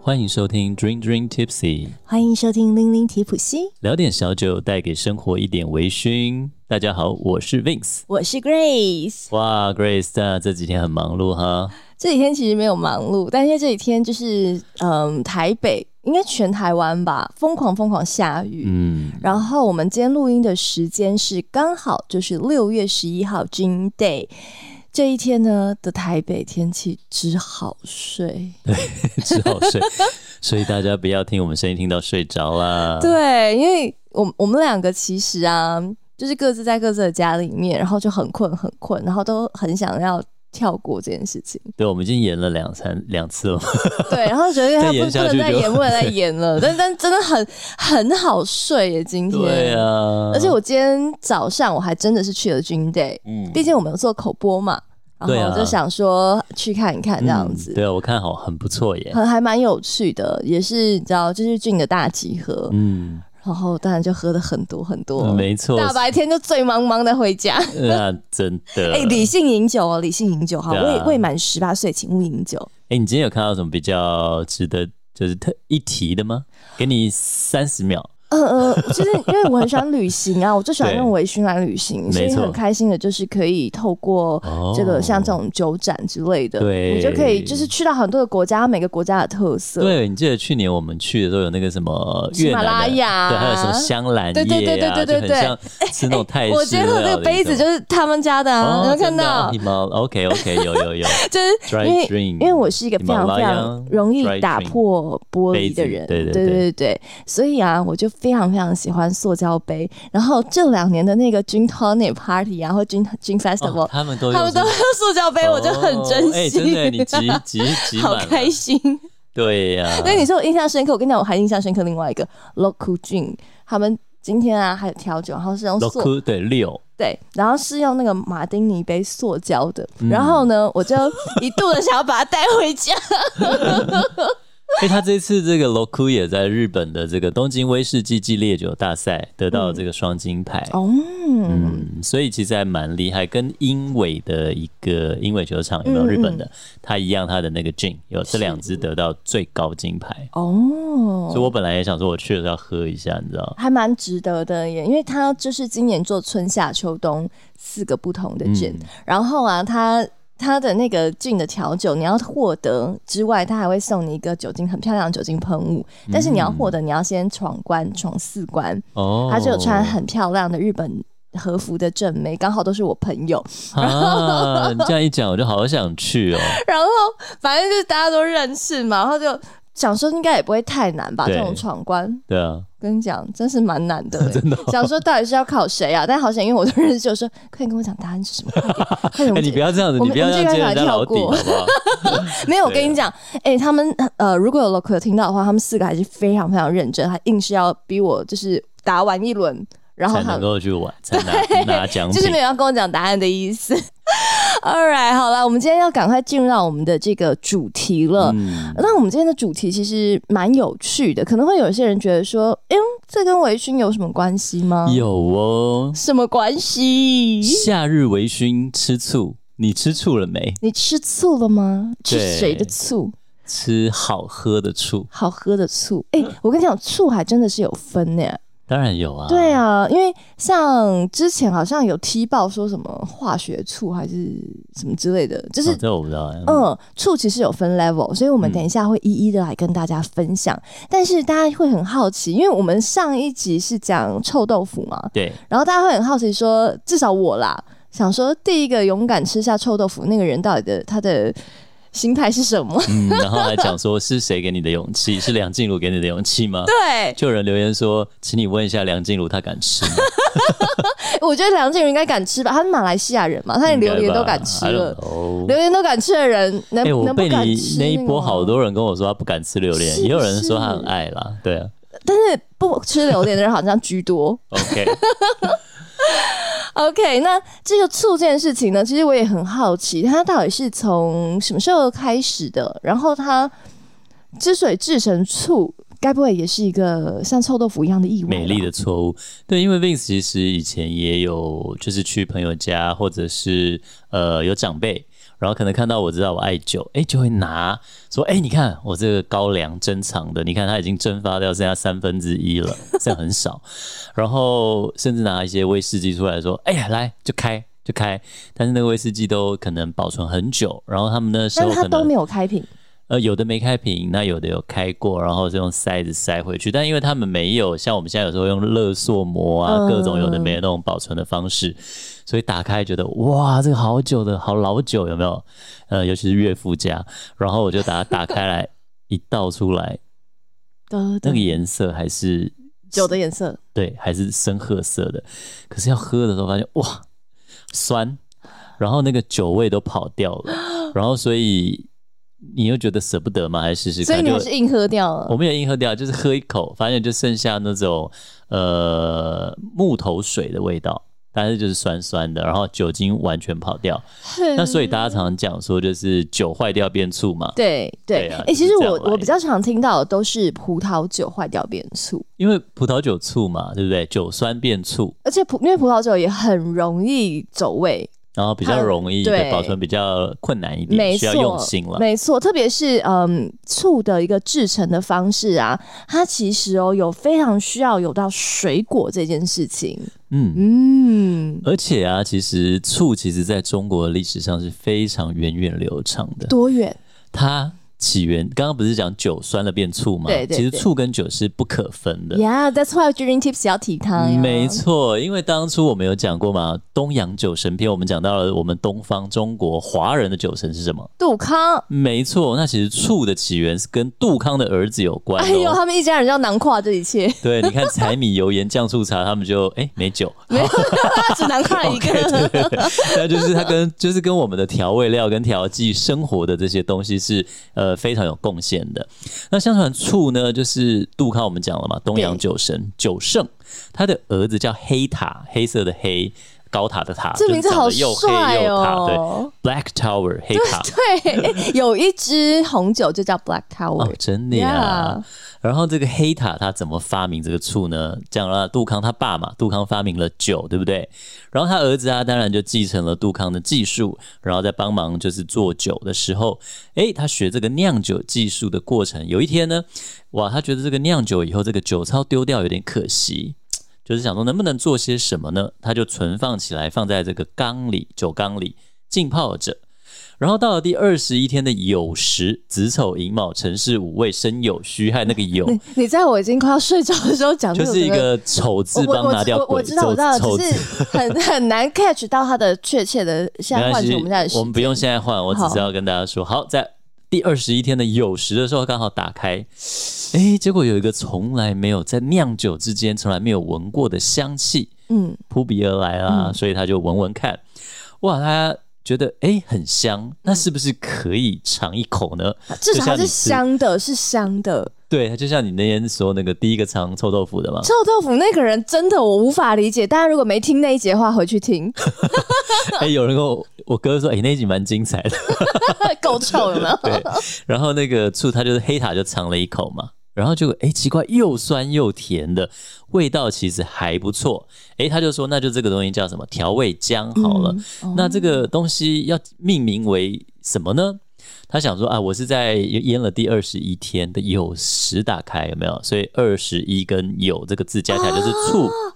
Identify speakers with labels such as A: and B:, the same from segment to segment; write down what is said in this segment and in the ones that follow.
A: 欢迎收听 Dream Dream Tipsy，
B: 欢迎收听《零零提普西》，
A: 聊点小酒，带给生活一点微醺。大家好，我是 Vince。
B: 我是 Grace。
A: 哇，Grace 啊，这几天很忙碌哈。
B: 这几天其实没有忙碌，但因为这几天就是嗯，台北应该全台湾吧，疯狂疯狂下雨。
A: 嗯，
B: 然后我们今天录音的时间是刚好就是六月十一号 Dream Day 这一天呢的台北天气只好睡。
A: 只好睡，所以大家不要听我们声音听到睡着啦。
B: 对，因为我我们两个其实啊，就是各自在各自的家里面，然后就很困很困，然后都很想要跳过这件事情。
A: 对，我们已经演了两三两次 了嘛。
B: 对，然后觉得他
A: 再
B: 不
A: 演
B: 不
A: 下
B: 能
A: 去
B: 再
A: 就
B: 演，不能再演 了。但但真的很很好睡耶，今天。
A: 对啊，
B: 而且我今天早上我还真的是去了军 day，
A: 嗯
B: 毕竟我们有做口播嘛，然后
A: 对啊
B: 我就想说去看一看这样子
A: 嗯，对啊，我看好很不错耶。
B: 很还蛮有趣的，也是你知道，就是俊的大集合，
A: 嗯，
B: 然后当然就喝的很多很多，
A: 没错。
B: 大白天就醉茫茫的回家。
A: 那真的。
B: 哎、理性饮酒哦，理性饮酒哈，
A: 对啊
B: 未未满十八岁请勿饮酒。
A: 哎、你今天有看到什么比较值得就是特一提的吗？给你三十秒，
B: 嗯嗯，就是因为我很喜欢旅行啊，我就喜欢
A: 对
B: 用微醺来旅行，所以
A: 没错
B: 很开心的就是可以透过
A: 哦
B: 这个像这种酒展之类的，
A: 对
B: 你就可以就是去到很多的国家，每个国家的特色。
A: 对，你记得去年我们去的时候有那个什么
B: 喜
A: 越南
B: 马
A: 的，
B: 拉雅
A: 对，还有什么香兰叶、啊，
B: 对对对对对对哎
A: 就很像吃那种泰式。
B: 我觉得我这个杯子就是是他们家的
A: 哦
B: 啊，有没有看到？
A: 真的哦？OK OK，有有 有，
B: 就是
A: Dry
B: 因为
A: drink，
B: 因为我是一个非常非
A: Himalaya
B: 常容易
A: dry
B: 打
A: drink
B: 破玻璃的人，
A: 杯子对对对
B: 对对所以啊，我就非常非常喜欢塑胶杯。然后这两年的那个 Gin Tonic Party 啊，或 Gin Gin
A: 哦
B: Festival，、
A: 他们都
B: 他们都用塑胶杯，我就很珍
A: 哦哎、
B: 惜。
A: 真的， 你集集集
B: 好
A: 满啊了，
B: 开心。
A: 对呀、
B: 所以你说我印象深刻，我跟你讲，我还印象深刻另外一个 Loku Jun，他们今天啊还有调酒，然后是用
A: 六
B: 塑
A: 颗对六，
B: 对，然后是用那个马丁尼杯塑胶的。
A: 嗯
B: 然后呢，我就一度的想要把它带 回家。
A: 哎、他这次这个 Loku 也在日本的这个东京威士忌系烈酒大赛得
B: 嗯
A: 到这个双金牌，
B: 哦，
A: 嗯，所以其实还蛮厉害，跟英伟的一个英伟酒厂有没有
B: 嗯嗯
A: 日本的，它一样，它的那个 gin 有这两支得到最高金牌。所以
B: 哦。
A: 我本来也想说，我去的时候要喝一下，你知道？
B: 还蛮值得的耶，因为他就是今年做春夏秋冬四个不同的卷，
A: 嗯
B: 然后啊，他他的那个菌的调酒，你要获得之外，他还会送你一个酒精很漂亮的酒精喷雾。但是你
A: 嗯
B: 要获得，你要先闯关，闯四关。
A: 哦，
B: 他就有穿很漂亮的日本和服的正妹，刚好都是我朋友。
A: 啊！你这样一讲，我就好想去哦。
B: 然后反正就是大家都认识嘛，然后就想说应该也不会太难吧，
A: 对
B: 这种闯关。
A: 对啊，
B: 跟你讲，真是蛮难 的、欸，真的、
A: 哦
B: 想说到底是要考谁啊？但好险，因为我的认识，就说快点跟我讲答案是什么，快点，快点 我
A: 哎，
B: 们
A: 你不要这样子，
B: 我
A: 你
B: 们
A: 不要
B: 我
A: 让
B: 们这个
A: 接人
B: 还
A: 家
B: 跳
A: 老底，好
B: 过
A: 不好？
B: 没有，我
A: 对啊
B: 跟你讲，哎、他们呃，如果有 local 有听到的话，他们四个还是非常非常认真，还硬是要逼我就是答完一轮，然后
A: 才
B: 他
A: 能
B: 们
A: 够去玩，才拿拿奖
B: 就
A: 品
B: 是。没有要跟我讲答案的意思。All right，好了，我们今天要赶快进入到我们的这个主题了。
A: 嗯，
B: 那我们今天的主题其实蛮有趣的，可能会有一些人觉得说，哎呦，这跟微醺有什么关系吗？
A: 有哦，
B: 什么关系？
A: 夏日微醺吃醋，你吃醋了没？
B: 你吃醋了吗？吃
A: 对
B: 谁的醋？
A: 吃好喝的醋，
B: 好喝的醋？哎、我跟你讲，醋还真的是有分呢、
A: 当然有啊。
B: 对啊，因为像之前好像有踢爆说什么化学醋还是什么之类的，就是
A: 哦、这我不知道、欸。嗯，
B: 嗯，醋其实有分 level，所以我们等一下会一一的来跟大家分享。但是大家会很好奇，因为我们上一集是讲臭豆腐嘛，
A: 对，
B: 然后大家会很好奇说，至少我啦，想说第一个勇敢吃下臭豆腐那个人到底的他的心态是什么？
A: 嗯，然后还讲说是谁给你的勇气？是梁静茹给你的勇气吗？
B: 对，
A: 就有人留言说，请你问一下梁静茹，她敢吃吗？
B: 我觉得梁静茹应该敢吃吧，他是马来西亚人嘛， 他连榴莲都敢吃了。
A: 哦。
B: 榴莲都敢吃的人，能、
A: 哎、我
B: 能
A: 被
B: 不敢
A: 你
B: 吃
A: 那一
B: 个
A: 波
B: 吗
A: 好，多人跟我说他不敢吃榴莲，
B: 是
A: 也有人说
B: 是
A: 他很爱啦。对啊
B: 但是不吃榴莲的人好像居 多。
A: ，OK，
B: OK，那这个醋这件事情呢，其实我也很好奇，它到底是从什么时候开始的？然后它之所以制成醋，该不会也是一个像臭豆腐一样的意外吧？
A: 美丽的错误。对，因为 Vince 其实以前也有，就是去朋友家，或者是呃有长辈，然后可能看到我知道我爱酒，哎，就会拿说，哎，你看我这个高粱珍藏的，你看它已经蒸发掉剩下三分之一了， 这样很少。然后甚至拿一些威士忌出来说，哎呀，来就开就开，但是那个威士忌都可能保存很久，然后他们那时
B: 但
A: 候
B: 是它
A: 可
B: 都
A: 能
B: 没有开瓶，
A: 呃，有的没开瓶，那有的有开过，然后是用塞子塞回去。但因为他们没有像我们现在有时候用热塑膜啊，
B: 嗯
A: 各种有的没的那种保存的方式，所以打开觉得哇，这个好久的好老酒有没有？呃，尤其是岳父家，然后我就把它打开来，一倒出来，
B: 那
A: 那个颜色还是
B: 酒的颜色，
A: 对，还是深褐色的。可是要喝的时候发现，哇，酸，然后那个酒味都跑掉 了，然后所以你又觉得舍不得吗？还是试试
B: 所
A: 看？
B: 以你
A: 就
B: 还是硬喝掉
A: 我
B: 了。
A: 们也硬喝掉，就是喝一口，发现就剩下那种呃木头水的味道，但是就是酸酸的，然后酒精完全跑掉。那所以大家常常讲说，就是酒坏掉变醋嘛，
B: 对
A: 对
B: 对，
A: 啊
B: 哎，其实
A: 就是这样
B: 我
A: 来
B: 我比较常听到的都是葡萄酒坏掉变醋，
A: 因为葡萄酒醋嘛，对不对？酒酸变醋，
B: 而且葡因为葡萄酒也很容易走味，
A: 然后比较容易
B: 它啊对
A: 保存比较困难一
B: 没
A: 点，需要
B: 错
A: 用心了。
B: 没错，特别是嗯醋的一个制成的方式啊，它其实哦有非常需要有到水果这件事情，
A: 嗯，
B: 嗯，
A: 而且啊，其实醋其实在中国的历史上是非常源远流长的。
B: 多远？
A: 它起源刚刚不是讲酒酸了变醋吗？
B: 对对
A: 其实
B: 对
A: 醋跟酒是不可分的。
B: Yeah，that's why Green Tips 要提它呀。
A: 没错，因为当初我们有讲过嘛，东洋酒神篇，我们讲到了我们东方中国华人的酒神是什么？
B: 杜康，
A: 没错，那其实醋的起源是跟杜康的儿子有关、哦。
B: 哎呦，他们一家人要囊括这 一切，
A: 对，你看柴米油盐酱醋茶，他们就哎、没酒，
B: 没有， 只囊括一个。
A: 那就是它跟 就是跟我们的调味料跟调剂生活的这些东西是呃非常有贡献的。那相传醋呢，就是杜康我们讲了嘛，东洋
B: 对
A: 酒神酒圣，他的儿子叫黑塔，黑色的黑。高塔的塔，
B: 这名字好
A: 就是长得
B: 帅
A: 又黑又塔，
B: 哦！
A: 对，Black Tower 黑塔，
B: 对，有一支红酒就叫 Black
A: 哦
B: Tower，，
A: 真的呀。
B: Yeah
A: 然后这个黑塔他怎么发明这个醋呢？讲了杜康他爸嘛，杜康发明了酒，对不对？然后他儿子啊，当然就继承了杜康的技术，然后在帮忙就是做酒的时候，诶，他学这个酿酒技术的过程。有一天呢，哇，他觉得这个酿酒以后这个酒糟丢掉有点可惜。就是想说能不能做些什么呢？他就存放起来，放在这个缸里，酒缸里浸泡着。然后到了第二十一天的酉时，子丑寅卯辰巳午未申酉戌亥，那个 酉
B: 你在我已经快要睡着的时候讲这
A: 就是一
B: 真的
A: 个丑字
B: 我我
A: 帮
B: 我
A: 拿掉
B: 我我
A: 鬼，
B: 知道我
A: 丑
B: 知道，
A: 丑
B: 只
A: 字。
B: 是很很难 catch 到它的确切的。现在
A: 没
B: 换
A: 关
B: 成
A: 系
B: 我们家的，时
A: 我们不用现在换，我只
B: 好
A: 是要跟大家说，好，在第二十一天的酉时的时候，刚好打开，哎，结果有一个从来没有在酿酒之间从来没有闻过的香气
B: 嗯，
A: 扑鼻而来啦，所以他就闻闻看，哇，他觉得哎、诶很香，那是不是可以尝一口呢？
B: 至少
A: 就
B: 它
A: 像
B: 是
A: 你吃
B: 香的，是香的。
A: 对，就像你那天说那个第一个尝臭豆腐的嘛，
B: 臭豆腐那个人真的我无法理解，大家如果没听那一节的话，回去听，
A: 哎、有人跟我我哥说，哎、那一集蛮精彩的。
B: 够臭了吗？
A: 对，然后那个醋，它就是黑塔就尝了一口嘛，然后就哎、奇怪，又酸又甜的味道，其实还不错。哎、他就说，那就这个东西叫什么调味浆
B: 嗯
A: 好了。
B: 哦
A: 那这个东西要命名为什么呢？他想说啊，我是在腌了第二十一天的酉时打开，有没有？所以二十一跟酉这个字加起来就是醋。
B: 啊哦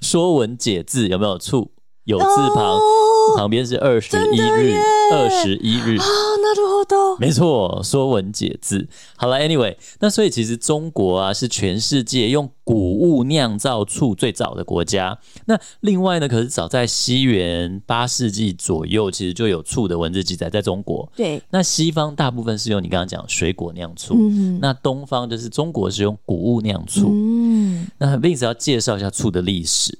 A: 说文解字有没有醋？有字旁，
B: 哦
A: 旁边是二十
B: 真
A: 一
B: 的
A: 日
B: 耶，
A: 二十一日。
B: 啊，那如何都
A: 没错，《说文解字》。好了，anyway，那所以其实中国啊是全世界用谷物酿造醋最早的国家。那另外呢，可是早在西元八世纪左右，其实就有醋的文字记载在中国。
B: 对，
A: 那西方大部分是用你刚刚讲水果酿醋，
B: 嗯
A: 那东方就是中国是用谷物酿醋。
B: 嗯，
A: 那 Vince 要介绍一下醋的历史，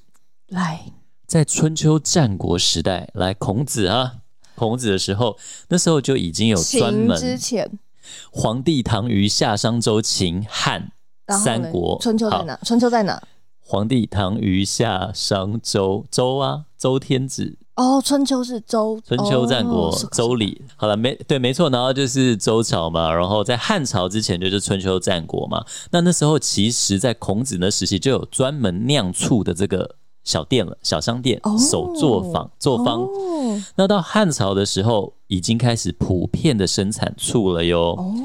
B: 来，
A: 在春秋战国时代，来孔子啊。孔子的时候，那时候就已经有专
B: 秦
A: 门
B: 之前，
A: 黄帝、唐虞、夏商周、秦汉
B: 然后呢
A: 三国。
B: 春秋在
A: 好？
B: 哪？春秋在哪？
A: 黄帝、唐虞、夏商周，周啊，周天子，
B: 哦，春秋是周，
A: 春秋战国，
B: 哦是
A: 周礼。好了，没对，没错。然后就是周朝嘛，然后在汉朝之前就是春秋战国嘛。那那时候其实，在孔子那时期就有专门酿醋的这个小店了，小商店
B: 哦，
A: 手作坊作坊。
B: 哦
A: 那到汉朝的时候，已经开始普遍的生产醋了哟。
B: 哦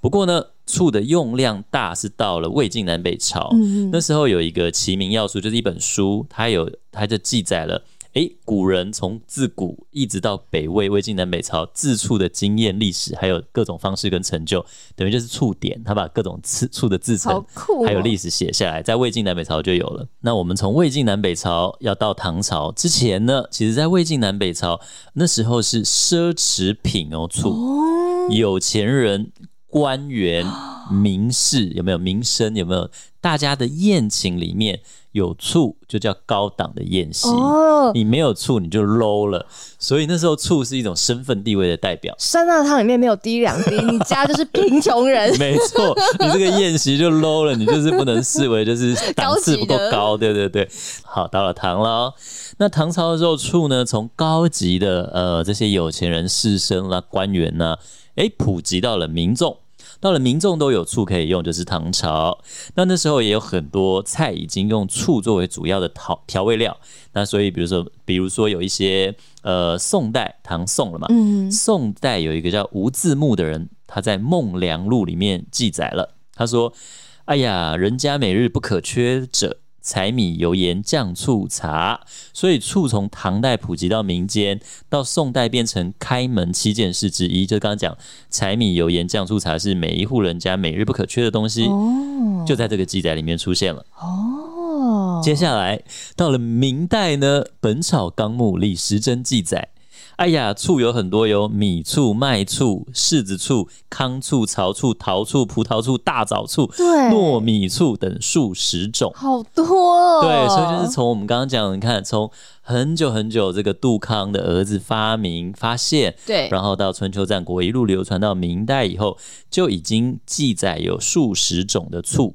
A: 不过呢，醋的用量大是到了魏晋南北朝，
B: 嗯
A: 那时候有一个齐名要术，就是一本书，它有它就记载了。诶，古人从自古一直到北魏、魏晋南北朝制醋的经验、历史，还有各种方式跟成就，等于就是醋典，他把各种制醋的制
B: 好
A: 成
B: 酷、哦，
A: 还有历史写下来，在魏晋南北朝就有了。那我们从魏晋南北朝要到唐朝之前呢，其实在魏晋南北朝那时候是奢侈品哦，醋，
B: 哦，
A: 有钱人、官员、名士有没有名声有没有？大家的宴请里面有醋，就叫高档的宴席。
B: 哦，
A: 你没有醋你就 low 了，所以那时候醋是一种身份地位的代表。。
B: 酸辣汤里面没有滴两滴，你家就是贫穷 人
A: 没错，你这个宴席就 low 了，你就是不能视为就是档次不够高，对对对。好，到了唐了哦，那唐朝的时候，处呢从高级的呃这些有钱人、士绅啦、官员呐、诶，普及到了民众。到了民众都有醋可以用，就是唐朝。那那时候也有很多菜已经用醋作为主要的调调味料。那所以比如说，比如说有一些呃宋代唐宋了嘛，
B: 嗯，
A: 宋代有一个叫吴自牧的人，他在《孟良录》里面记载了，他说：“哎呀，人家每日不可缺者，柴米油盐酱醋茶。”所以醋从唐代普及到民间，到宋代变成开门七件事之一。就刚刚讲，柴米油盐酱醋茶是每一户人家每日不可缺的东西，
B: 哦，
A: 就在这个记载里面出现了。
B: 哦，
A: 接下来到了明代呢，《本草纲目》李时珍记载。哎呀，醋有很多，有米醋、麦醋、柿子醋、糠醋、槽醋、桃醋、葡萄醋、大枣醋、
B: 对
A: 糯米醋等数十种。
B: 好多、哦，
A: 对，所以就是从我们刚刚讲的，你看，从很久很久这个杜康的儿子发明发现，
B: 对，
A: 然后到春秋战国一路流传到明代以后，就已经记载有数十种的醋。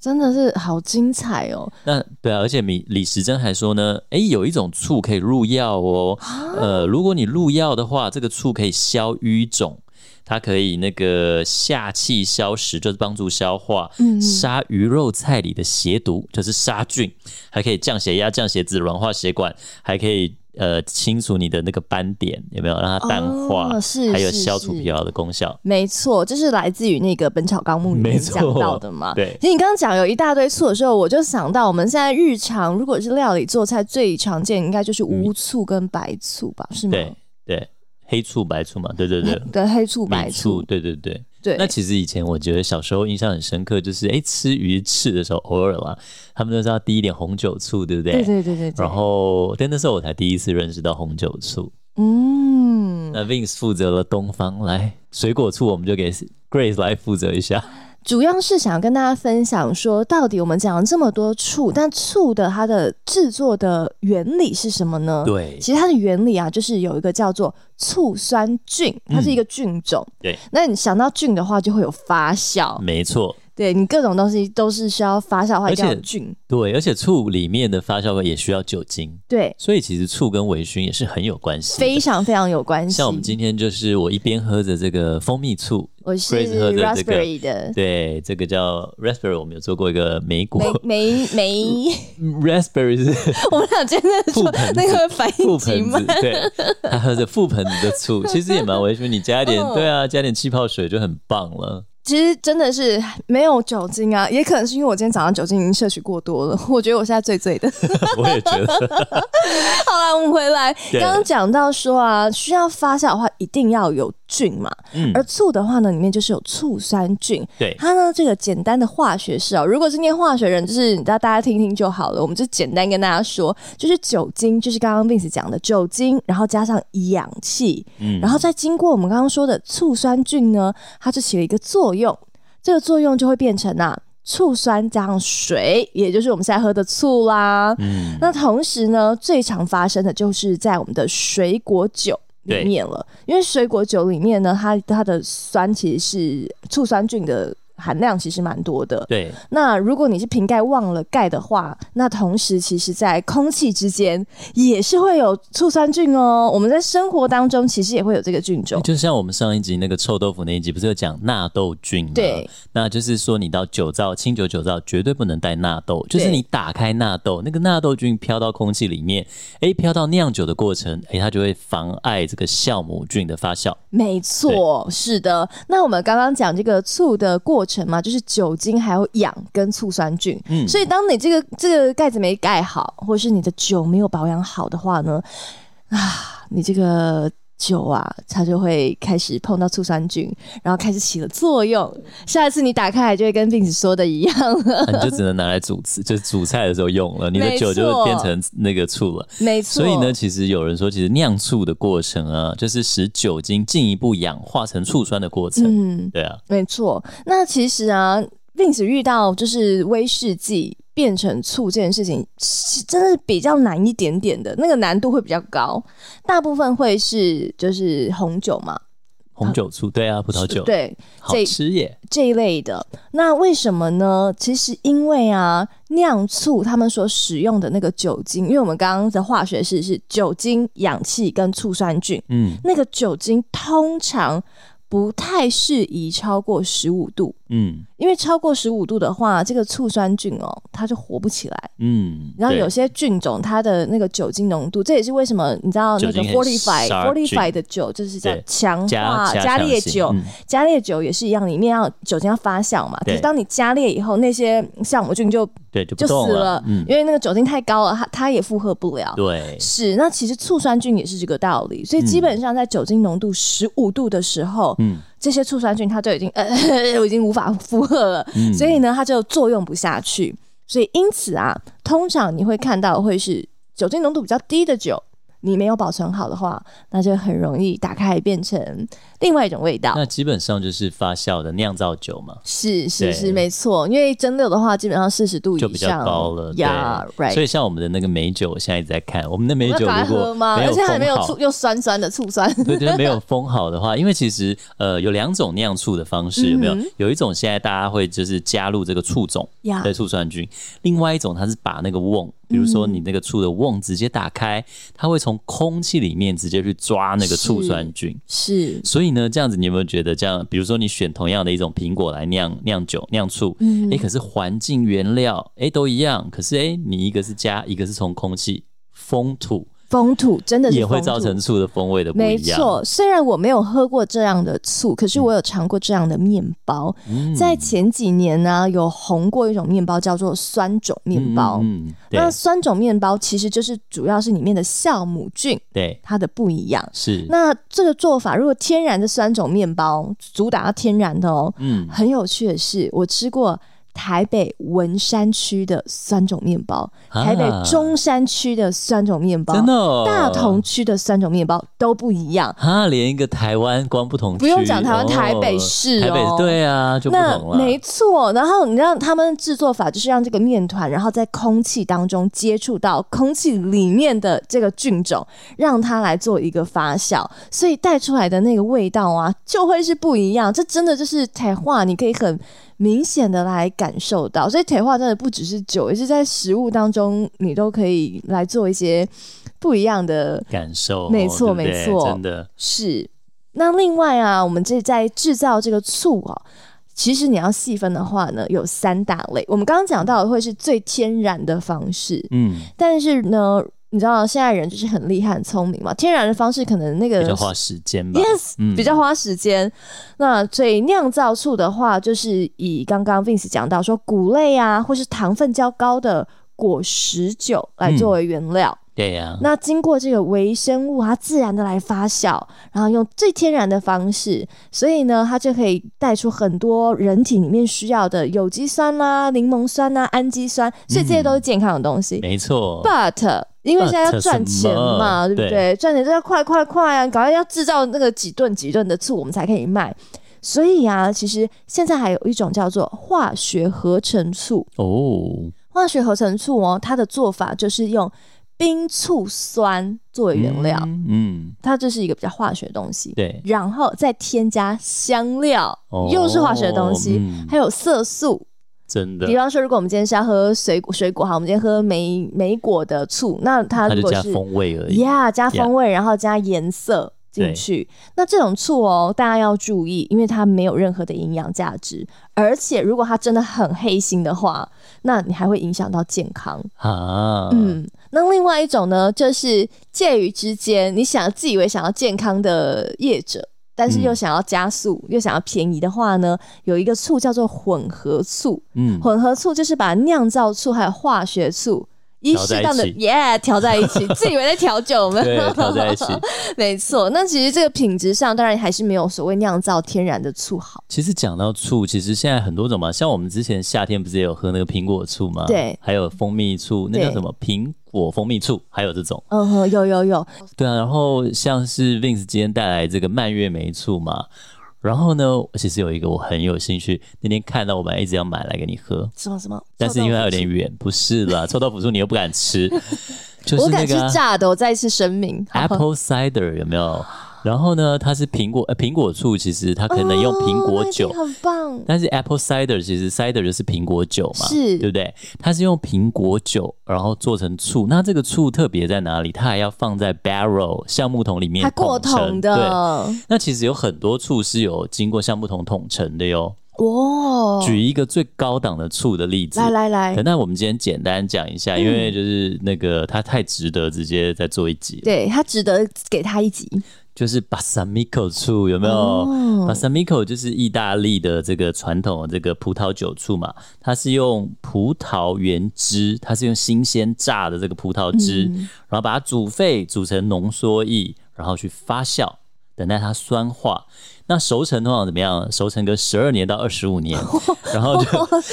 B: 真的是好精彩哦。
A: 那对啊，而且李李时珍还说呢，诶，有一种醋可以入药哦，
B: 啊
A: 呃，如果你入药的话，这个醋可以消淤肿，它可以那个下气消食，就是帮助消化，
B: 嗯
A: 杀鱼肉菜里的邪毒，就是杀菌，还可以降血压、降血脂、软化血管，还可以。呃，清除你的那个斑点有没有让它淡化？
B: 哦是
A: 还有
B: 是
A: 消除
B: 是
A: 疲劳的功效。
B: 没错，就是来自于那个《本草纲目》里
A: 没
B: 面
A: 错
B: 讲到的嘛。
A: 对
B: 其实你刚刚讲有一大堆醋的时候，我就想到我们现在日常如果是料理做菜，最常见应该就是无醋跟白醋吧，是吗？
A: 对对，黑醋、白醋嘛，对对对，
B: 对， 黑醋、白
A: 米
B: 醋，
A: 对对对。
B: 对，
A: 那其实以前我觉得小时候印象很深刻，就是哎、诶吃鱼翅的时候，偶尔啦，他们都是要滴一点红酒醋，对不对？
B: 对对对对对，
A: 然后，但那时候我才第一次认识到红酒醋。
B: 嗯，
A: 那 Vince 负责了东方，来水果醋我们就给 Grace 来负责一下。
B: 主要是想跟大家分享说，到底我们讲了这么多醋，但醋的它的制作的原理是什么呢？
A: 对
B: 其实它的原理啊，就是有一个叫做醋酸菌，它是一个菌种。
A: 嗯对，
B: 那你想到菌的话，就会有发 酵。
A: 没错，
B: 对你各种东西都是需要发酵的话，
A: 而
B: 一定要
A: 且
B: 有菌。
A: 对，而且醋里面的发酵也需要酒精，
B: 对，
A: 所以其实醋跟微醺也是很有关系的。
B: 非常非常有关系。
A: 像我们今天就是我一边喝着这个蜂蜜醋，
B: 我是
A: Grace 喝的这个
B: raspberry 的
A: 对，这个叫 raspberry，我们有做过一个莓果
B: 梅梅梅，
A: raspberry 是。
B: 我们俩真的
A: 覆
B: 说
A: 盆子
B: 那个反应
A: 覆
B: 极
A: 盆子
B: 慢。，
A: 对，他喝着覆盆子的 醋，其实也蛮微醺。你加一点，
B: 嗯
A: 对啊，加点气泡水就很棒了。
B: 其实真的是没有酒精啊，也可能是因为我今天早上酒精已经摄取过多了，我觉得我现在醉醉的。
A: 我也觉得，
B: 好啦，我们回来，
A: 对
B: 刚刚讲到说啊，需要发酵的话，一定要有菌嘛，
A: 嗯
B: 而醋的话呢，里面就是有醋酸菌。
A: 对
B: 它呢，这个简单的化学式啊、如果是念化学人，就是你知道大家听听就好了。我们就简单跟大家说，就是酒精，就是刚刚 Vince 讲的酒精，然后加上氧气，
A: 嗯
B: 然后再经过我们刚刚说的醋酸菌呢，它就起了一个作用，这个作用就会变成啊。醋酸加上水，也就是我们现在喝的醋啦。
A: 嗯，
B: 那同时呢，最常发生的就是在我们的水果酒里面了，因为水果酒里面呢，它它的酸其实是醋酸菌的含量其实蛮多的。
A: 对，
B: 那如果你是瓶盖忘了盖的话，那同时其实，在空气之间也是会有醋酸菌哦。我们在生活当中其实也会有这个菌种。
A: 就像我们上一集那个臭豆腐那一集，不是有讲纳豆菌吗？
B: 对，
A: 那就是说你到酒造清酒酒造绝对不能带纳豆，就是
B: 对
A: 你打开纳豆，那个纳豆菌飘到空气里面，诶，飘到酿酒的过程，诶，它就会妨碍这个酵母菌的发 酵。
B: 没错，是的。那我们刚刚讲这个醋的过程嘛，就是酒精还有氧跟醋酸菌。
A: 嗯
B: 所以当你这个这个盖子没盖好，或是你的酒没有保养好的话呢，啊，你这个。酒啊，它就会开始碰到醋酸菌，然后开始起了作用。下一次你打开来，就会跟病子说的一样了。
A: 那啊你就只能拿来煮吃，就是煮菜的时候用了，你的
B: 没
A: 酒就
B: 错
A: 变成那个醋了。
B: 没错，
A: 所以呢，其实有人说，其实酿醋的过程啊，就是使酒精进一步氧化成醋酸的过程。
B: 嗯，
A: 对啊，
B: 没错。那其实啊，Vince 遇到就是威士忌变成醋这件事情，是真的是比较难一点点的，那个难度会比较高。大部分会是就是红酒嘛，
A: 红酒醋，对啊，葡萄酒，
B: 对
A: 好
B: 这
A: 吃耶。
B: 这一类的。那为什么呢？其实因为啊，酿醋他们所使用的那个酒精，因为我们刚刚的化学式是酒精、氧气跟醋酸菌，
A: 嗯
B: 那个酒精通常不太适宜超过十五度。
A: 嗯
B: 因为超过十五度的话，这个醋酸菌哦，它就活不起来。
A: 嗯。
B: 然后
A: 对
B: 有些菌种，它的那个酒精浓度，这也是为什么你知道那
A: 酒
B: 个
A: 精很
B: fortify
A: 杀菌
B: fortify 的酒就是叫
A: 对
B: 强
A: 加
B: 化
A: 加
B: 加
A: 强
B: 烈
A: 型
B: 酒，
A: 嗯
B: 加烈酒也是一样，里面要酒精要发酵嘛。可
A: 对
B: 是当你加烈以后，那些酵母菌就
A: 对，就
B: 就
A: 不
B: 死
A: 动
B: 了，
A: 嗯，
B: 因为那个酒精太高了，它它也负荷不了。
A: 对，
B: 是，那其实醋酸菌也是这个道理，所以基本上在酒精浓度十五度的时候，
A: 嗯
B: 这些醋酸菌它就已经呃 我已经无法负荷了，
A: 嗯
B: 所以呢，它就作用不下去。所以因此啊，通常你会看到会是酒精浓度比较低的酒，你没有保存好的话，那就很容易打开变成另外一种味道。
A: 那基本上就是发酵的酿造酒嘛，
B: 是是
A: 对
B: 是，没错，因为蒸馏的话，基本上四十度以
A: 就
B: 上
A: 比较高了，对
B: 呀、yeah,，right。
A: 所以像我们的那个美酒，我现在一直在看，我们的美
B: 那
A: 酒
B: 赶快
A: 如
B: 喝
A: 果
B: 吗？
A: 没
B: 而
A: 有
B: 且还没
A: 封
B: 有
A: 好
B: 醋，又酸酸的醋酸。
A: 对，就是没有封好的话，因为其实呃有两种酿醋的方式，有没有？
B: 嗯
A: 有一种现在大家会就是加入这个醋种，
B: 呀
A: 对，醋酸菌；另外一种它是把那个瓮，比如说
B: 嗯
A: 你那个醋的瓮直接打开，它会从空气里面直接去抓那个醋
B: 是
A: 酸菌。
B: 是，
A: 所以呢，这样子你有没有觉得，这样比如说你选同样的一种苹果来酿酿酒、酿醋，哎、
B: 嗯
A: 可是环境原料哎、诶都一样，可是哎、诶你一个是加，一个是从空气、风土，
B: 风土真的是
A: 也会
B: 风
A: 造
B: 土
A: 成醋的风味的不
B: 没
A: 一样。
B: 错，虽然我没有喝过这样的醋，可是我有尝过这样的面包。
A: 嗯
B: 在前几年呢、有红过一种面包叫做酸种面包。
A: 嗯，嗯嗯对
B: 那酸种面包其实就是主要是里面的酵母菌
A: 对
B: 它的不一样。
A: 是，
B: 那这个做法，如果天然的酸种面包，主打天然的哦。
A: 嗯，
B: 很有趣的是，我吃过台北文山区的酸种面包，台北
A: 啊
B: 中山区的酸种面包，
A: 真的、哦、
B: 大同区的酸种面包都不一样。
A: 啊，连一个台湾光不同区，
B: 不用讲台湾
A: 哦
B: 台北市
A: 台北
B: 哦
A: 对啊就不
B: 那
A: 同了，
B: 没错，然后你知道他们制作法就是让这个面团，然后在空气当中接触到空气里面的这个菌种，让它来做一个发酵，所以带出来的那个味道啊，就会是不一样。这真的就是铁化，你可以很明显的来感受到。所以铁化真的不只是酒，也是在食物当中，你都可以来做一些不一样的
A: 感受，
B: 没
A: 对
B: 错
A: 不对
B: 没错
A: 真的，
B: 是，那另外啊，我们这在制造这个醋哦，其实你要细分的话呢，有三大类。我们刚刚讲到的会是最天然的方式，
A: 嗯，
B: 但是呢，你知道现在人就是很厉害、很聪明嘛，天然的方式可能那个
A: 比较花时间吧
B: Yes，、
A: 嗯
B: 比较花时间。那所以酿造醋的话，就是以刚刚 Vince 讲到说谷类啊，或是糖分较高的果实酒
A: 嗯
B: 来作为原料。
A: 对呀、
B: 那经过这个微生物，它自然的来发酵，然后用最天然的方式，所以呢，它就可以带出很多人体里面需要的有机酸啦、柠檬酸啦、氨基酸，所以这些都是健康的东西。
A: 没错，
B: But 因为现在
A: But
B: 要赚钱
A: 什么
B: 嘛，对不对？赚钱就要快快快啊！搞快要制造那个几吨几吨的醋，我们才可以卖。所以啊，其实现在还有一种叫做化学合成醋，
A: 哦，
B: 化学合成醋哦，它的做法就是用冰醋酸作为原料，
A: 嗯，嗯
B: 它这是一个比较化学的东西。
A: 对，
B: 然后再添加香料，
A: 哦
B: 又是化学的东西，
A: 嗯
B: 还有色素。
A: 真
B: 比
A: 的，
B: 方说，如果我们今天是要喝水果，水果哈，我们今天喝梅梅果的醋，那它
A: 它
B: 如
A: 就
B: 果
A: 加
B: 是
A: 风味而已。
B: 呀加风味然后加颜色进去。那这种醋哦，大家要注意，因为它没有任何的营养价值，而且如果它真的很黑心的话，那你还会影响到健康。
A: 啊，
B: 嗯，那另外一种呢，就是介于之间，你想自以为想要健康的业者，但是又
A: 嗯
B: 想要加速，又想要便宜的话呢，有一个醋叫做混合醋。
A: 嗯，
B: 混合醋就是把酿造醋还有化学醋。一
A: 调在
B: 适当的
A: 一起
B: 耶调在 一起，自以为在调酒，我们
A: 对，调在一起。
B: 没错，那其实这个品质上，当然还是没有所谓酿造天然的醋好。
A: 其实讲到醋，其实现在很多种嘛，像我们之前夏天不是也有喝那个苹果醋吗？
B: 对
A: 还有蜂蜜醋，那
B: 对
A: 叫什么苹果蜂蜜醋，还有这种。
B: 嗯哼，有有有，
A: 对啊，然后像是 Vince 今天带来这个蔓越莓醋嘛，然后呢，其实有一个我很有兴趣，那天看到我本来一直要买来给你喝，
B: 什么什么，
A: 但是因为它有点
B: 臭
A: 远，不是啦，臭豆腐醋你又不敢吃，就
B: 豆腐醋，
A: 是
B: 我
A: 那
B: 敢吃
A: 个啊、
B: 炸的，我再次声明。
A: Apple cider 有没有？然后呢，它是苹果呃苹果醋，其实它可能用苹果酒
B: 哦、，那一定很棒。
A: 但是 apple cider 其实 cider 就是苹果酒嘛，
B: 是
A: 对不对？它是用苹果酒然后做成醋，那这个醋特别在哪里？它还要放在 barrel 橡木桶里面
B: 它过
A: 统称
B: 桶
A: 对，
B: 的，
A: 那其实有很多醋是有经过橡木桶统称的哟。
B: 哇！
A: 举一个最高档的醋的例子。
B: 哦来嗯来来
A: 可，那我们今天简单讲一下，因为就是那个它太值得直接再做一集了，
B: 对，它值得给它 一集。
A: 就是 balsamico 醋有没有？
B: 哦
A: Balsamico 就是意大利的这个传统的这个葡萄酒醋嘛，它是用葡萄原汁，它是用新鲜榨的这个葡萄汁，然后把它煮沸，煮成浓缩液，然后去发酵，等待它酸化。那熟成通常怎么样？熟成个十二年到二十五年，然后就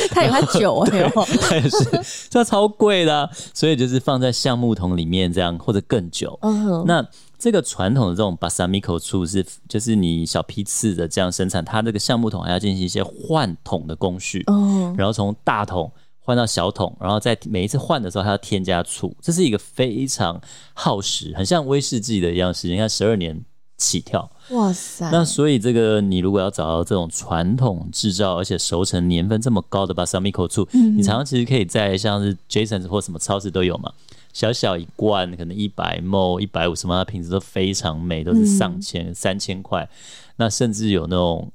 B: 它有它酒哎呦，
A: 但是这超贵的啊、所以就是放在橡木桶里面这样，或者更久。
B: 嗯哼，
A: 那这个传统的这种 balsamico 醋是，就是你小批次的这样生产，它这个橡木桶还要进行一些换桶的工序，
B: 嗯，
A: 然后从大桶换到小桶，然后在每一次换的时候还要添加醋，这是一个非常耗时，很像威士忌的一样时间，你看十二年起跳。
B: 哇塞，
A: 那所以这个你如果要找到这种传统制造而且熟成年份这么高的 balsamico 醋，
B: 嗯
A: 你常常其实可以在像是 Jasons 或什么超市都有嘛，小小一罐可能一百 ml、一百五十 ml，它瓶子都非常美，都是上千、
B: 嗯
A: 三千块，那甚至有那种。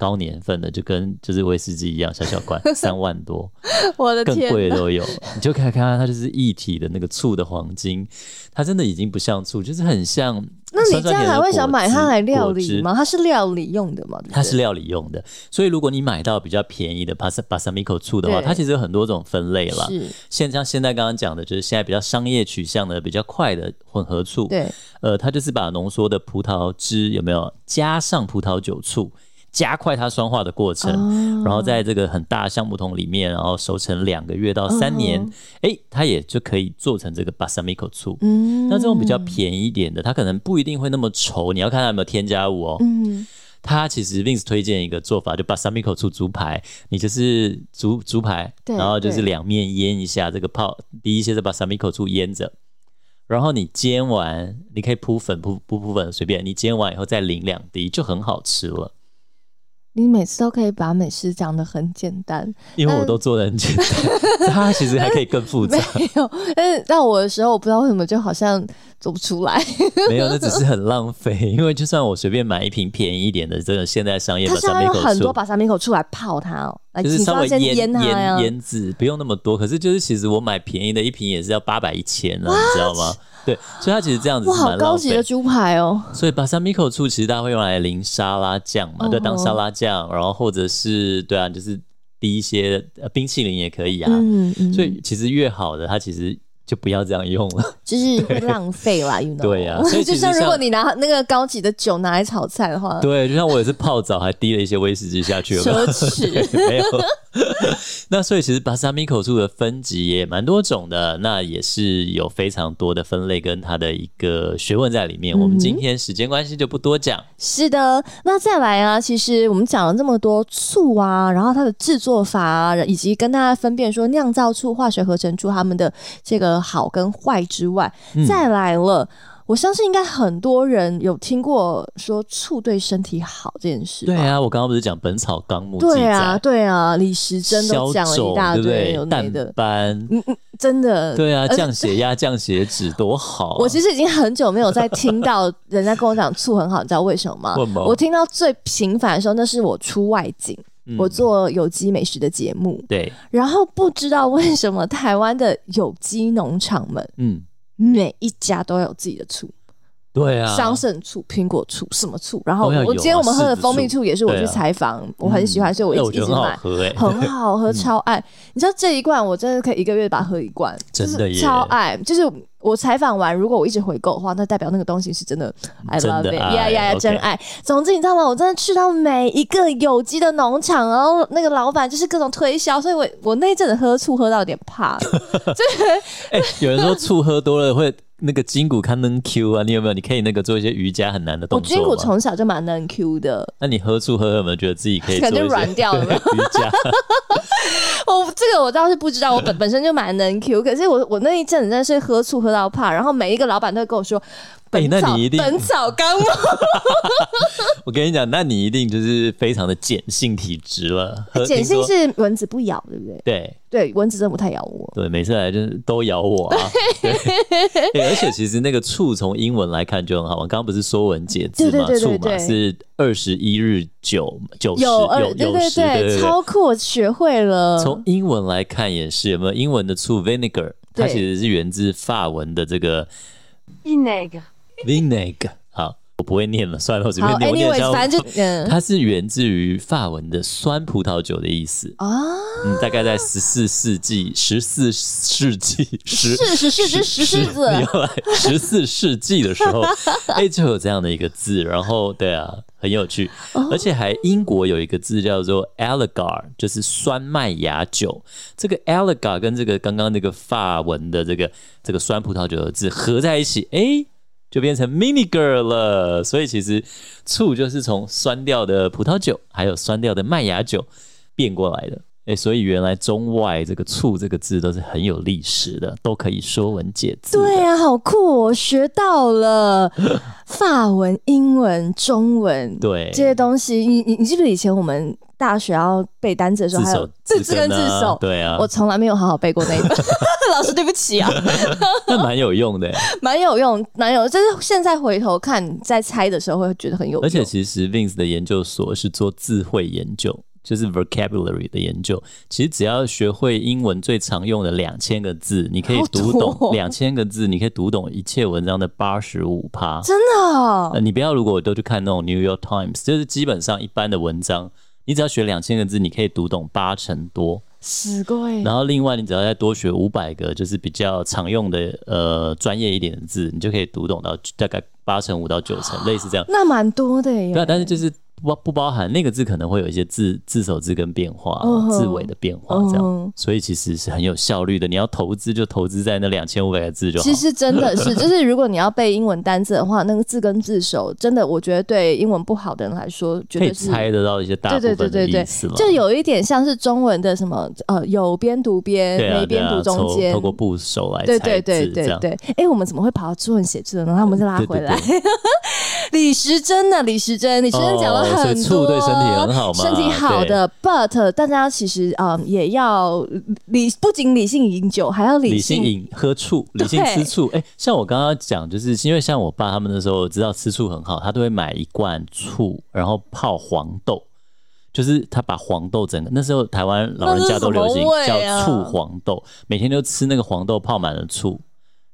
A: 高年份的就跟就是威士忌一样，小小 罐三万多，
B: 我的
A: 更
B: 天
A: 贵
B: 哪，
A: 的都有。你就可以看看它就是一体的那个醋的黄金，它真的已经不像醋，就是很像。
B: 那你
A: 酸
B: 这
A: 酸甜
B: 样
A: 甜
B: 还
A: 的
B: 会想
A: 果
B: 买
A: 汁
B: 它来料
A: 果
B: 理
A: 汁
B: 吗？它是料理用的吗？对不对
A: 它是料理用的，所以如果你买到比较便宜的巴萨巴萨米口醋的话，
B: 对
A: 它其实有很多种分类啦。
B: 是，
A: 现像现在刚刚讲的，就是现在比较商业取向的、比较快的混合醋，
B: 对，
A: 呃，它就是把浓缩的葡萄汁有没有加上葡萄酒醋，加快它酸化的过程，
B: 哦
A: 然后在这个很大的橡木桶里面，然后熟成两个月到
B: 嗯
A: 三年，诶，它也就可以做成这个巴萨米口醋。
B: 嗯，
A: 那这种比较便宜一点的，它可能不一定会那么稠，你要看它有没有添加物哦。
B: 嗯，
A: 他其实 Vince 推荐一个做法，就把 s a m i k o 出猪排，你就是猪猪排，
B: 对
A: 然后就是
B: 对
A: 两面腌一下，这个泡第一些是把 s a m i k o 出腌着，然后你煎完，你可以铺粉铺铺铺粉随便，你煎完以后再淋两滴就很好吃了。
B: 你每次都可以把美食讲得很简 单，
A: 因为我都做的很简单，它其实还可以更复杂
B: 嗯 没。有，但是到我的时候，我不知道为什么就好像走不 出来。
A: 没有，那只是很浪费。因为就算我随便买一瓶便宜一点的这种现代商业
B: 它
A: 的
B: 是要
A: Basamico
B: 用很
A: 醋
B: 多把三明口出来泡它哦，来，
A: 就是
B: 请
A: 稍
B: 要
A: 微
B: 先
A: 腌
B: 腌它呀。
A: 腌制，不用那么多。可是就是其实我买便宜的一瓶也是要八百一千啊，你知道吗？对，所以它其实这样子
B: 哇，
A: 是
B: 好
A: 蛮
B: 高
A: 浪
B: 级的
A: 费。
B: 猪排哦！
A: 所以巴萨米口醋其实大家会用来淋沙拉酱嘛，
B: 嗯
A: 对，当
B: 哼
A: 沙拉酱，然后或者是对啊，就是滴一些呃冰淇淋也可以啊。
B: 嗯嗯，
A: 所以其实越好的，它其实就不要这样用了。
B: 就是会浪费 啦，you know。
A: 对呀 所以其
B: 就
A: 实
B: 像如果
A: 像
B: 你拿那个高级的酒拿来炒菜的话，
A: 对，就像我也是泡澡还滴了一些威士忌下去，有 没有
B: 奢侈。
A: 没有。 那所以其实巴萨米口醋的分级也蛮多种的，那也是有非常多的分类跟它的一个学问在里面。我们
B: 嗯
A: 今天时间关系就不多讲。
B: 是的，那再来啊，其实我们讲了这么多醋啊，然后它的制作法啊，以及跟大家分辨说酿造醋、化学合成醋它们的这个好跟坏之外，外，
A: 嗯
B: 再来了。我相信应该很多人有听过说醋对身体好这件事吧。
A: 对啊，我刚刚不是讲《本草纲目》记
B: 对啊，
A: 载，
B: 对啊，李时珍都
A: 消
B: 讲了一
A: 肿
B: 大
A: 对不
B: 堆
A: 对
B: 有？的没的
A: 淡，斑，
B: 真的。
A: 对啊，
B: 而且
A: 降血压、降血脂多好啊。
B: 我其实已经很久没有再听到人家跟我讲醋很好，你知道为什么吗
A: 为什么？
B: 我听到最频繁的时候，那是我出外景，
A: 嗯
B: 我做有机美食的节目，
A: 对，
B: 然后不知道为什么台湾的有机农场们
A: 嗯，
B: 每一家都有自己的醋，
A: 对啊，
B: 桑葚醋、苹果醋什么醋，然后
A: 都要有啊
B: 我今天我们喝的蜂蜜醋也是我
A: 柿
B: 去
A: 子醋
B: 采访，我很喜欢，所以
A: 啊哎
B: 我
A: 我
B: 一直
A: 觉得
B: 一直
A: 很好
B: 买。
A: 喝 哎，
B: 很好喝，超爱。你知道这一罐我真的可以一个月把它喝一罐，就
A: 嗯真的
B: 是
A: 耶
B: 超爱。就是我采访完，如果我一直回购的话，那代表那个东西是真的，I
A: 嗯真
B: love
A: 的
B: it，
A: 爱
B: 呀呀呀，
A: OK
B: 真爱。总之你知道吗？我真的去到每一个有机的农场，然后那个老板就是各种推销，所以我我那一阵子喝醋喝到有点 怕。
A: 哎，有人说醋喝多了会那个筋骨看能 Q 啊，你有没有？你可以那个做一些瑜伽很难的
B: 我
A: 动
B: 筋
A: 作
B: 骨
A: 吗？
B: 从小就蛮能 Q 的，
A: 那你喝醋喝有没有觉得自己可以
B: 可
A: 做
B: 能就
A: 一些。
B: 软掉 了
A: 瑜伽？
B: 哦，这个我倒是不知 道，我本本身就蛮能 Q，可是我我那一阵子真的是喝醋喝到怕，然后每一个老板都会跟我说。
A: 哎
B: 本
A: 那
B: 草
A: 你一定
B: 本草纲目，
A: 我跟你讲，那你一定就是非常的碱性体质了。喝
B: 哎碱性
A: 听说
B: 是蚊子不咬，对不对？
A: 对
B: 对，蚊子真的不太咬我。
A: 对，每次来就是都咬我 啊。对，对而且其实那个醋从英文来看就很好玩，刚刚不是说文解字嘛，
B: 对对对对
A: 醋嘛
B: 对
A: 是二十一日九九十
B: 有二，
A: 有
B: 对
A: 有
B: 对
A: 十对对。
B: 超酷，我学会了。
A: 从英文来看也是有没有英文的醋 vinegar，它
B: 对
A: 其实是源自法文的这个
C: Inègre.
A: vinegar。好，我不会念了，算了，我随
B: 好
A: 便念。我念一
B: ，anyway，
A: 下
B: 反正就嗯
A: 它是源自于法文的酸葡萄酒的意思，
B: 啊，
A: 嗯，大概在十四世纪、十四世纪、十
B: 是是是只石狮子，
A: 十四世纪的时 候，哎、就有这样的一个字，然后对啊，很有趣，而且还英国有一个字叫做 allegar，就是酸麦芽酒。这个 allegar 跟这个刚刚那个法文的这个这个酸葡萄酒的字合在一起，哎、就变成 miniger 了，所以其实醋就是从酸掉的葡萄酒，还有酸掉的麦芽酒变过来的。哎、所以原来中外这个“醋”这个字都是很有历史的，都可以说文解字的。
B: 对啊，好酷，我学 到了法文、英文、中文，
A: 对
B: 这些东西，你你你记不记得以前我们大学要背单词的时候，
A: 自
B: 还有
A: 首
B: 自字跟
A: 根
B: 自
A: 啊
B: 首，
A: 对啊
B: 我，从来没有好好背过那一 本。老师，对不起啊，
A: 那蛮有用 的欸。
B: 蛮有用，蛮有，就是现在回头看，在猜的时候会觉得很有用。
A: 而且其实 Vince 的研究所是做智慧研究，就是 vocabulary 的研究。其实只要学会英文最常用的两千个字，你可以
B: 好
A: 读
B: 多
A: 懂
B: 哦
A: 两千个字，你可以读懂一切文章的八十五趴。
B: 真的哦、
A: 呃，你不要如果我都去看那种 New York Times，就是基本上一般的文章，你只要学两千个字，你可以读懂八成多。
B: 死鬼，
A: 然后另外你只要再多学五百个，就是比较常用的呃专业一点的字，你就可以读懂到大概八成五到九成，类似这样。
B: 那蛮多的耶。
A: 对啊，但是就是不包不包含那个字可能会有一些字字首字根变化、
B: 嗯哼
A: 字尾的变化这样
B: 嗯哼
A: 所以其实是很有效率的。你要投资就投资在那两千五百个字就好
B: 其。实真的 是，就是如果你要背英文单字的话，那个字根字首，真的，我觉得对英文不好的人来说，绝
A: 可以
B: 对是。
A: 猜得到一些大
B: 对
A: 部
B: 对对
A: 分的
B: 对
A: 意
B: 对
A: 思嘛，？
B: 就有一点像是中文的什么呃，有边读边，
A: 对啊
B: 没
A: 对
B: 边
A: 啊，
B: 读中
A: 从
B: 间，
A: 透过部首来
B: 对
A: 猜
B: 对对
A: 字这
B: 对
A: 样。
B: 对，哎、我们怎么会跑到中文写字呢？那我们再拉
A: 对
B: 回
A: 对
B: 来。
A: 对，
B: 李时珍呢？李时珍，李时珍讲了
A: 哦所以
B: 很多，
A: 醋对身体很好嘛
B: 身体好的。But 大家其实嗯，也要理，不仅理性饮酒，还要
A: 理性
B: 性
A: 饮喝醋，理性吃醋。哎、像我刚刚讲，就是因为像我爸他们那时候知道吃醋很好，他都会买一罐醋，然后泡黄豆，就是他把黄豆整个那时候台湾老人家都流行
B: 那是什么味
A: 叫
B: 啊
A: 醋黄豆，每天都吃那个黄豆泡满了醋。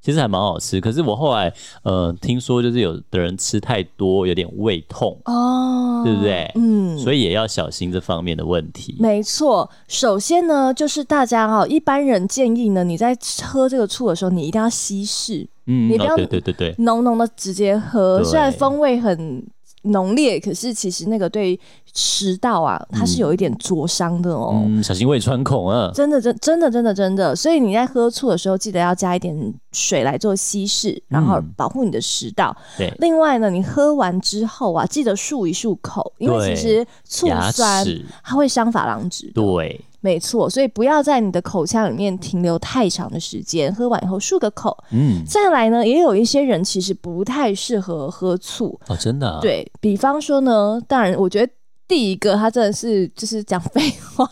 A: 其实还蛮好吃，可是我后来呃听说，就是有的人吃太多有点胃痛，
B: 哦，
A: 对不对
B: 嗯，
A: 所以也要小心这方面的问题。
B: 没错，首先呢，就是大家哈、一般人建议呢，你在喝这个醋的时候，你一定要稀释，
A: 嗯，
B: 你不
A: 哦
B: 要
A: 对对对对，
B: 浓浓的直接喝，
A: 对
B: 虽然风味很浓烈，可是其实那个对食道啊，它
A: 嗯
B: 是有一点灼伤的哦。
A: 嗯，小心胃穿孔啊。
B: 真的，真真的，真的，真的，所以你在喝醋的时候，记得要加一点水来做稀释，然后
A: 嗯
B: 保护你的食道。
A: 对，
B: 另外呢，你喝完之后啊，记得漱一漱口，因为
A: 对
B: 其实醋
A: 牙
B: 酸
A: 齿，
B: 它会伤珐琅质的。
A: 对，
B: 没错，所以不要在你的口腔里面停留太长的时间，喝完以后漱个口。
A: 嗯，
B: 再来呢，也有一些人其实不太适合喝醋，
A: 哦，真的、啊，，
B: 对比方说呢，当然我觉得。第一个，他真的是就是讲废 话，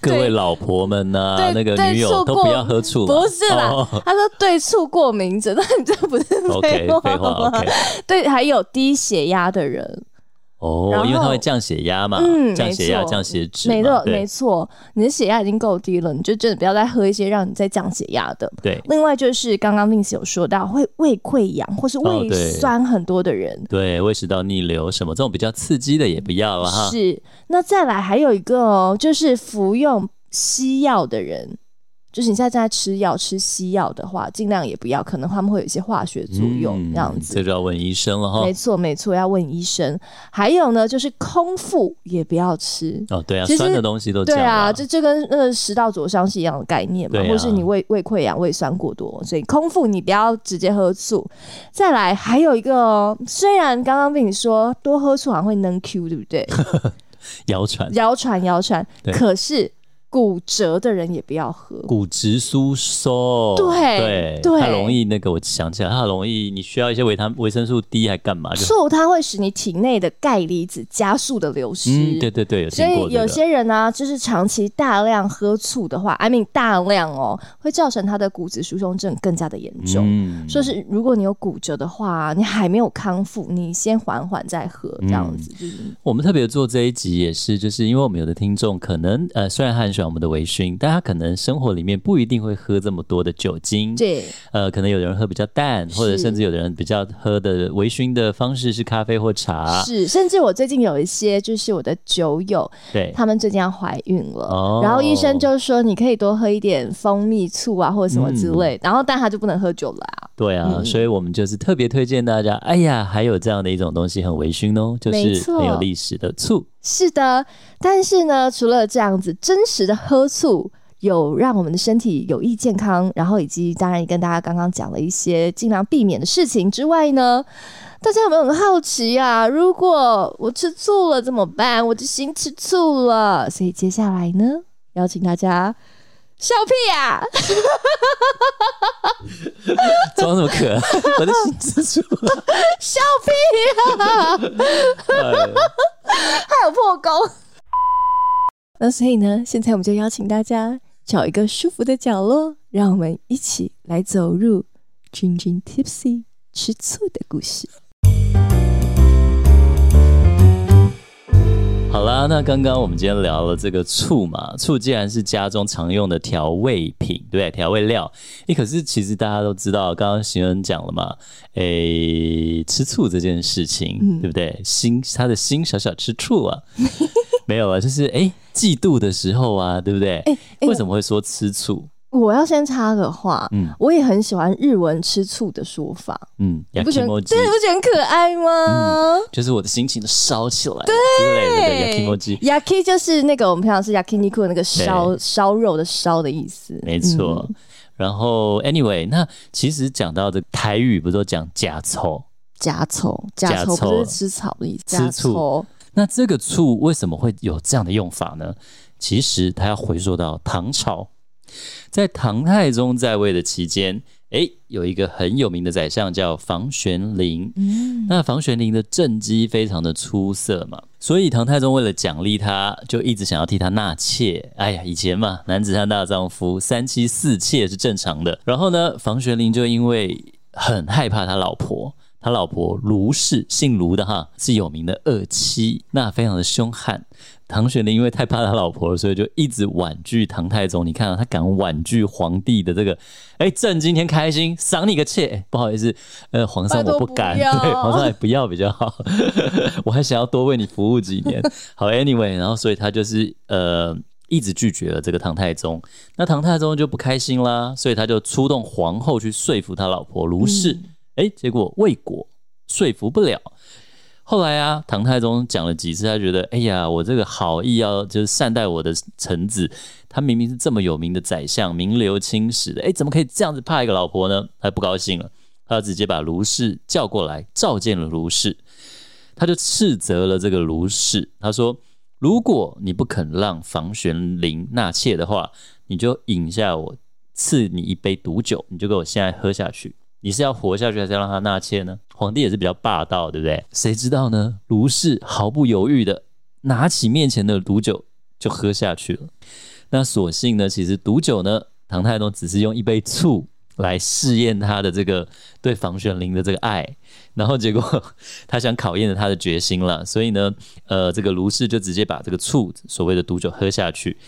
A: 各位
B: 对
A: 老婆们呐、啊，那
B: 对
A: 个
B: 对
A: 女友
B: 醋
A: 都
B: 过
A: 不要喝醋啦，
B: 不是啦，
A: 哦
B: 他说对醋过敏者，那你这不是
A: OK，
B: 废
A: 废
B: 话
A: 话
B: 吗
A: OK，
B: 对，还有低血压的人，然
A: 哦，
B: 后
A: 因为它会降血压嘛，
B: 嗯
A: 降血压、
B: 没错
A: 降血脂嘛，
B: 没错
A: 对
B: 没错，你的血压已经够低了，你就真的不要再喝一些让你再降血压的。
A: 对
B: 另外就是刚刚 Vince 有说到会胃溃疡或是
A: 哦
B: 胃
A: 对
B: 酸很多的人。
A: 对，胃食道逆流什么这种比较刺激的也不要了哈。
B: 是，那再来还有一个哦，就是服用西药的人，就是你现在正在吃药、吃西药的话，尽量也不要，可能他们会有一些化学作用、这样
A: 嗯
B: 子
A: 这。就哦要问医生了哈
B: 没。错，没错，要问医生。还有呢，就是空腹也不要吃。
A: 哦，对啊，
B: 其实
A: 酸的东西都这
B: 对
A: 样
B: 啊，
A: 啦
B: 这这跟那个食道灼伤是一样的概念嘛，
A: 对啊
B: 或是你胃胃溃疡、胃酸过多，所以空腹你不要直接喝醋。再来还有一个哦，虽然刚刚跟你说多喝醋好像会能 Q，对不对？
A: 谣传
B: 谣传谣传
A: 对，
B: 可是骨折的人也不要喝。
A: 骨质疏松，
B: 对
A: 对，
B: 对
A: 它容易那个，我想起来，它容易你需要一些维他维生素 D 还干啊嘛？就
B: 醋它会使你体内的钙离子加速的流失。
A: 嗯，对对对，有
B: 所
A: 听过
B: 以
A: 这
B: 有
A: 个。
B: 些人呢、啊就是长期大量喝醋的话，I mean 大量哦，会造成他的骨质疏松症更加的严重。
A: 嗯
B: 说是如果你有骨折的话，你还没有康复，你先缓缓再喝，
A: 嗯
B: 这样子。就是
A: 我们特别做这一集也是，就是因为我们有的听众可能呃，虽然他很喜欢我们的微醺，但他可能生活里面不一定会喝这么多的酒精，
B: 对，
A: 呃，可能有的人喝比较淡，或者
B: 是
A: 甚至有的人比较喝的微醺的方式是咖啡或茶，
B: 是。甚至我最近有一些就是我的酒友，
A: 对，
B: 他们最近要怀孕了，
A: 哦
B: 然后医生就说你可以多喝一点蜂蜜醋啊，或者什么之类，然后但他就不能喝酒了啊。
A: 对啊，所以我们就是特别推荐大家，哎呀，还有这样的一种东西很微醺哦，就
B: 没
A: 是
B: 错
A: 很有历史的醋，
B: 是的，但是呢，除了这样子真实的喝醋。有让我们的身体有益健康，然后以及当然也跟大家刚刚讲了一些尽量避免的事情之外呢，大家有没有很好奇啊？如果我吃醋了怎么办？我的心吃醋了，所以接下来呢，邀请大家笑屁呀、啊！
A: 装什么可爱？ 我的心之醋，
B: 笑屁啊！还有破功。那所以呢，现在我们就邀请大家找一个舒服的角落，让我们一起来走入 Jin Jin Tipsy 吃醋的故事。
A: 好啦，那刚刚我们今天聊了这个醋嘛，醋既然是家中常用的调味品，对不对？调味料，诶，可是其实大家都知道，刚刚行人讲了嘛，诶、吃醋这件事情，
B: 嗯
A: 对不对？心，他的心小小吃醋啊， 没有啊，就是诶，嫉妒的时候啊，对不对？
B: 诶
A: 为什么会说吃醋？
B: 我要先插个话，
A: 嗯
B: 我也很喜欢日文吃醋的说法，
A: 嗯，
B: 你不觉得
A: yakimoji
B: 对，你不觉得很可爱吗？
A: 就是我的心情都烧起来了之类的对 yakimoji。
B: yaki 就是那个我们平常吃 yakiniku 那个烧烧肉的烧的意思，嗯
A: 没错。然后，anyway，那其实讲到这个台语，不是都讲假臭？
B: 夹丑，
A: 夹
B: 夹
A: 丑
B: 丑不是吃草的意思，夹
A: 吃醋
B: 丑
A: 那这个醋为什么会有这样的用法呢？其实它要回溯到唐朝，在唐太宗在位的期间，诶，有一个很有名的宰相叫房玄龄。那房玄龄的政绩非常的出色嘛，所以唐太宗为了奖励他，就一直想要替他纳妾。哎呀，以前嘛，男子汉大丈夫，三妻四妾是正常的。然后呢，房玄龄就因为很害怕他老婆。他老婆卢氏，姓卢的哈，是有名的恶妻，那非常的凶悍。 唐玄龄因为太怕他老婆了，所以就一直婉拒唐太宗。你看啊，他敢婉拒皇帝的这个，哎，朕今天开心，赏你个妾。哎不好意思，呃，皇上
B: 拜托
A: 我不
B: 不
A: 敢，
B: 要
A: 对，皇上也不要比较好。 我还想要多为你服务几年。好，anyway，然后所以他就是呃。一直拒绝了这个唐太宗，那唐太宗就不开心啦，所以他就出动皇后去说服他老婆卢氏，哎、结果未果，说服不了，后来啊，唐太宗讲了几次，他觉得，哎呀，我这个好意要就是善待我的臣子，他明明是这么有名的宰相，名留青史的，哎，怎么可以这样子怕一个老婆呢？他不高兴了，他直接把卢氏叫过来，召见了卢氏，他就斥责了这个卢氏，他说。如果你不肯让房玄龄纳妾的话，你就饮下我赐你一杯毒酒，你就给我现在喝下去。你是要活下去，还是要让他纳妾呢？皇帝也是比较霸道，对不对？谁知道呢？卢氏毫不犹豫的拿起面前的毒酒就喝下去了。那所幸呢，其实毒酒呢，唐太宗只是用一杯醋来试验他的这个对房玄龄的这个爱，然后结果他想考验了他的决心了，所以呢，呃，这个卢氏就直接把这个醋所谓的毒酒喝下去。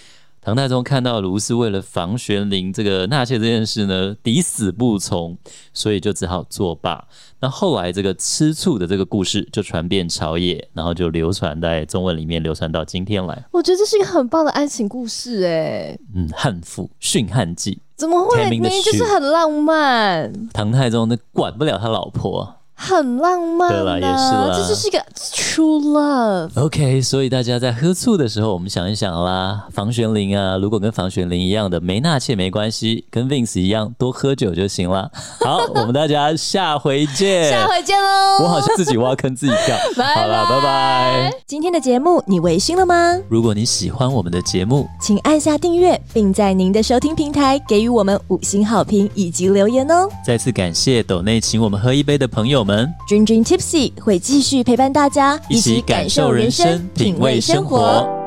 A: 唐太宗看到卢氏为了房玄龄这个纳妾这件事呢，抵死不从，所以就只好作罢。那后来这个吃醋的这个故事就传遍朝野，然后就流传在中文里面，流传到今天来。
B: 我觉得这是一个很棒的爱情故事、哎，
A: 嗯，汉服驯汉记，
B: 怎么会？
A: Taming the
B: 明明就是
A: Shrew
B: 很浪漫，
A: 唐太宗呢管不了他老婆啊、
B: 很浪漫、
A: 对啦
B: 啊，
A: 也是啦
B: 这就是一个 true love。
A: OK，所以大家在喝醋的时候，我们想一想啦，房玄龄啊，如果跟房玄龄一样的没纳妾没关系，跟 Vince 一样多喝酒就行 啦。好，我们大家下回见。
B: 下回见喽！
A: 我好像自己挖坑自己跳。
B: 拜
A: 好了，拜拜。
C: 今天的节目你微醺了吗？
A: 如果你喜欢我们的节目，
C: 请按下订阅，并在您的收听平台给予我们五星好评以及留言哦。
A: 再次感谢斗内请我们喝一杯的朋友们，
C: 君君 Tipsy 会继续陪伴大家，
A: 一起感受人生，品味生活。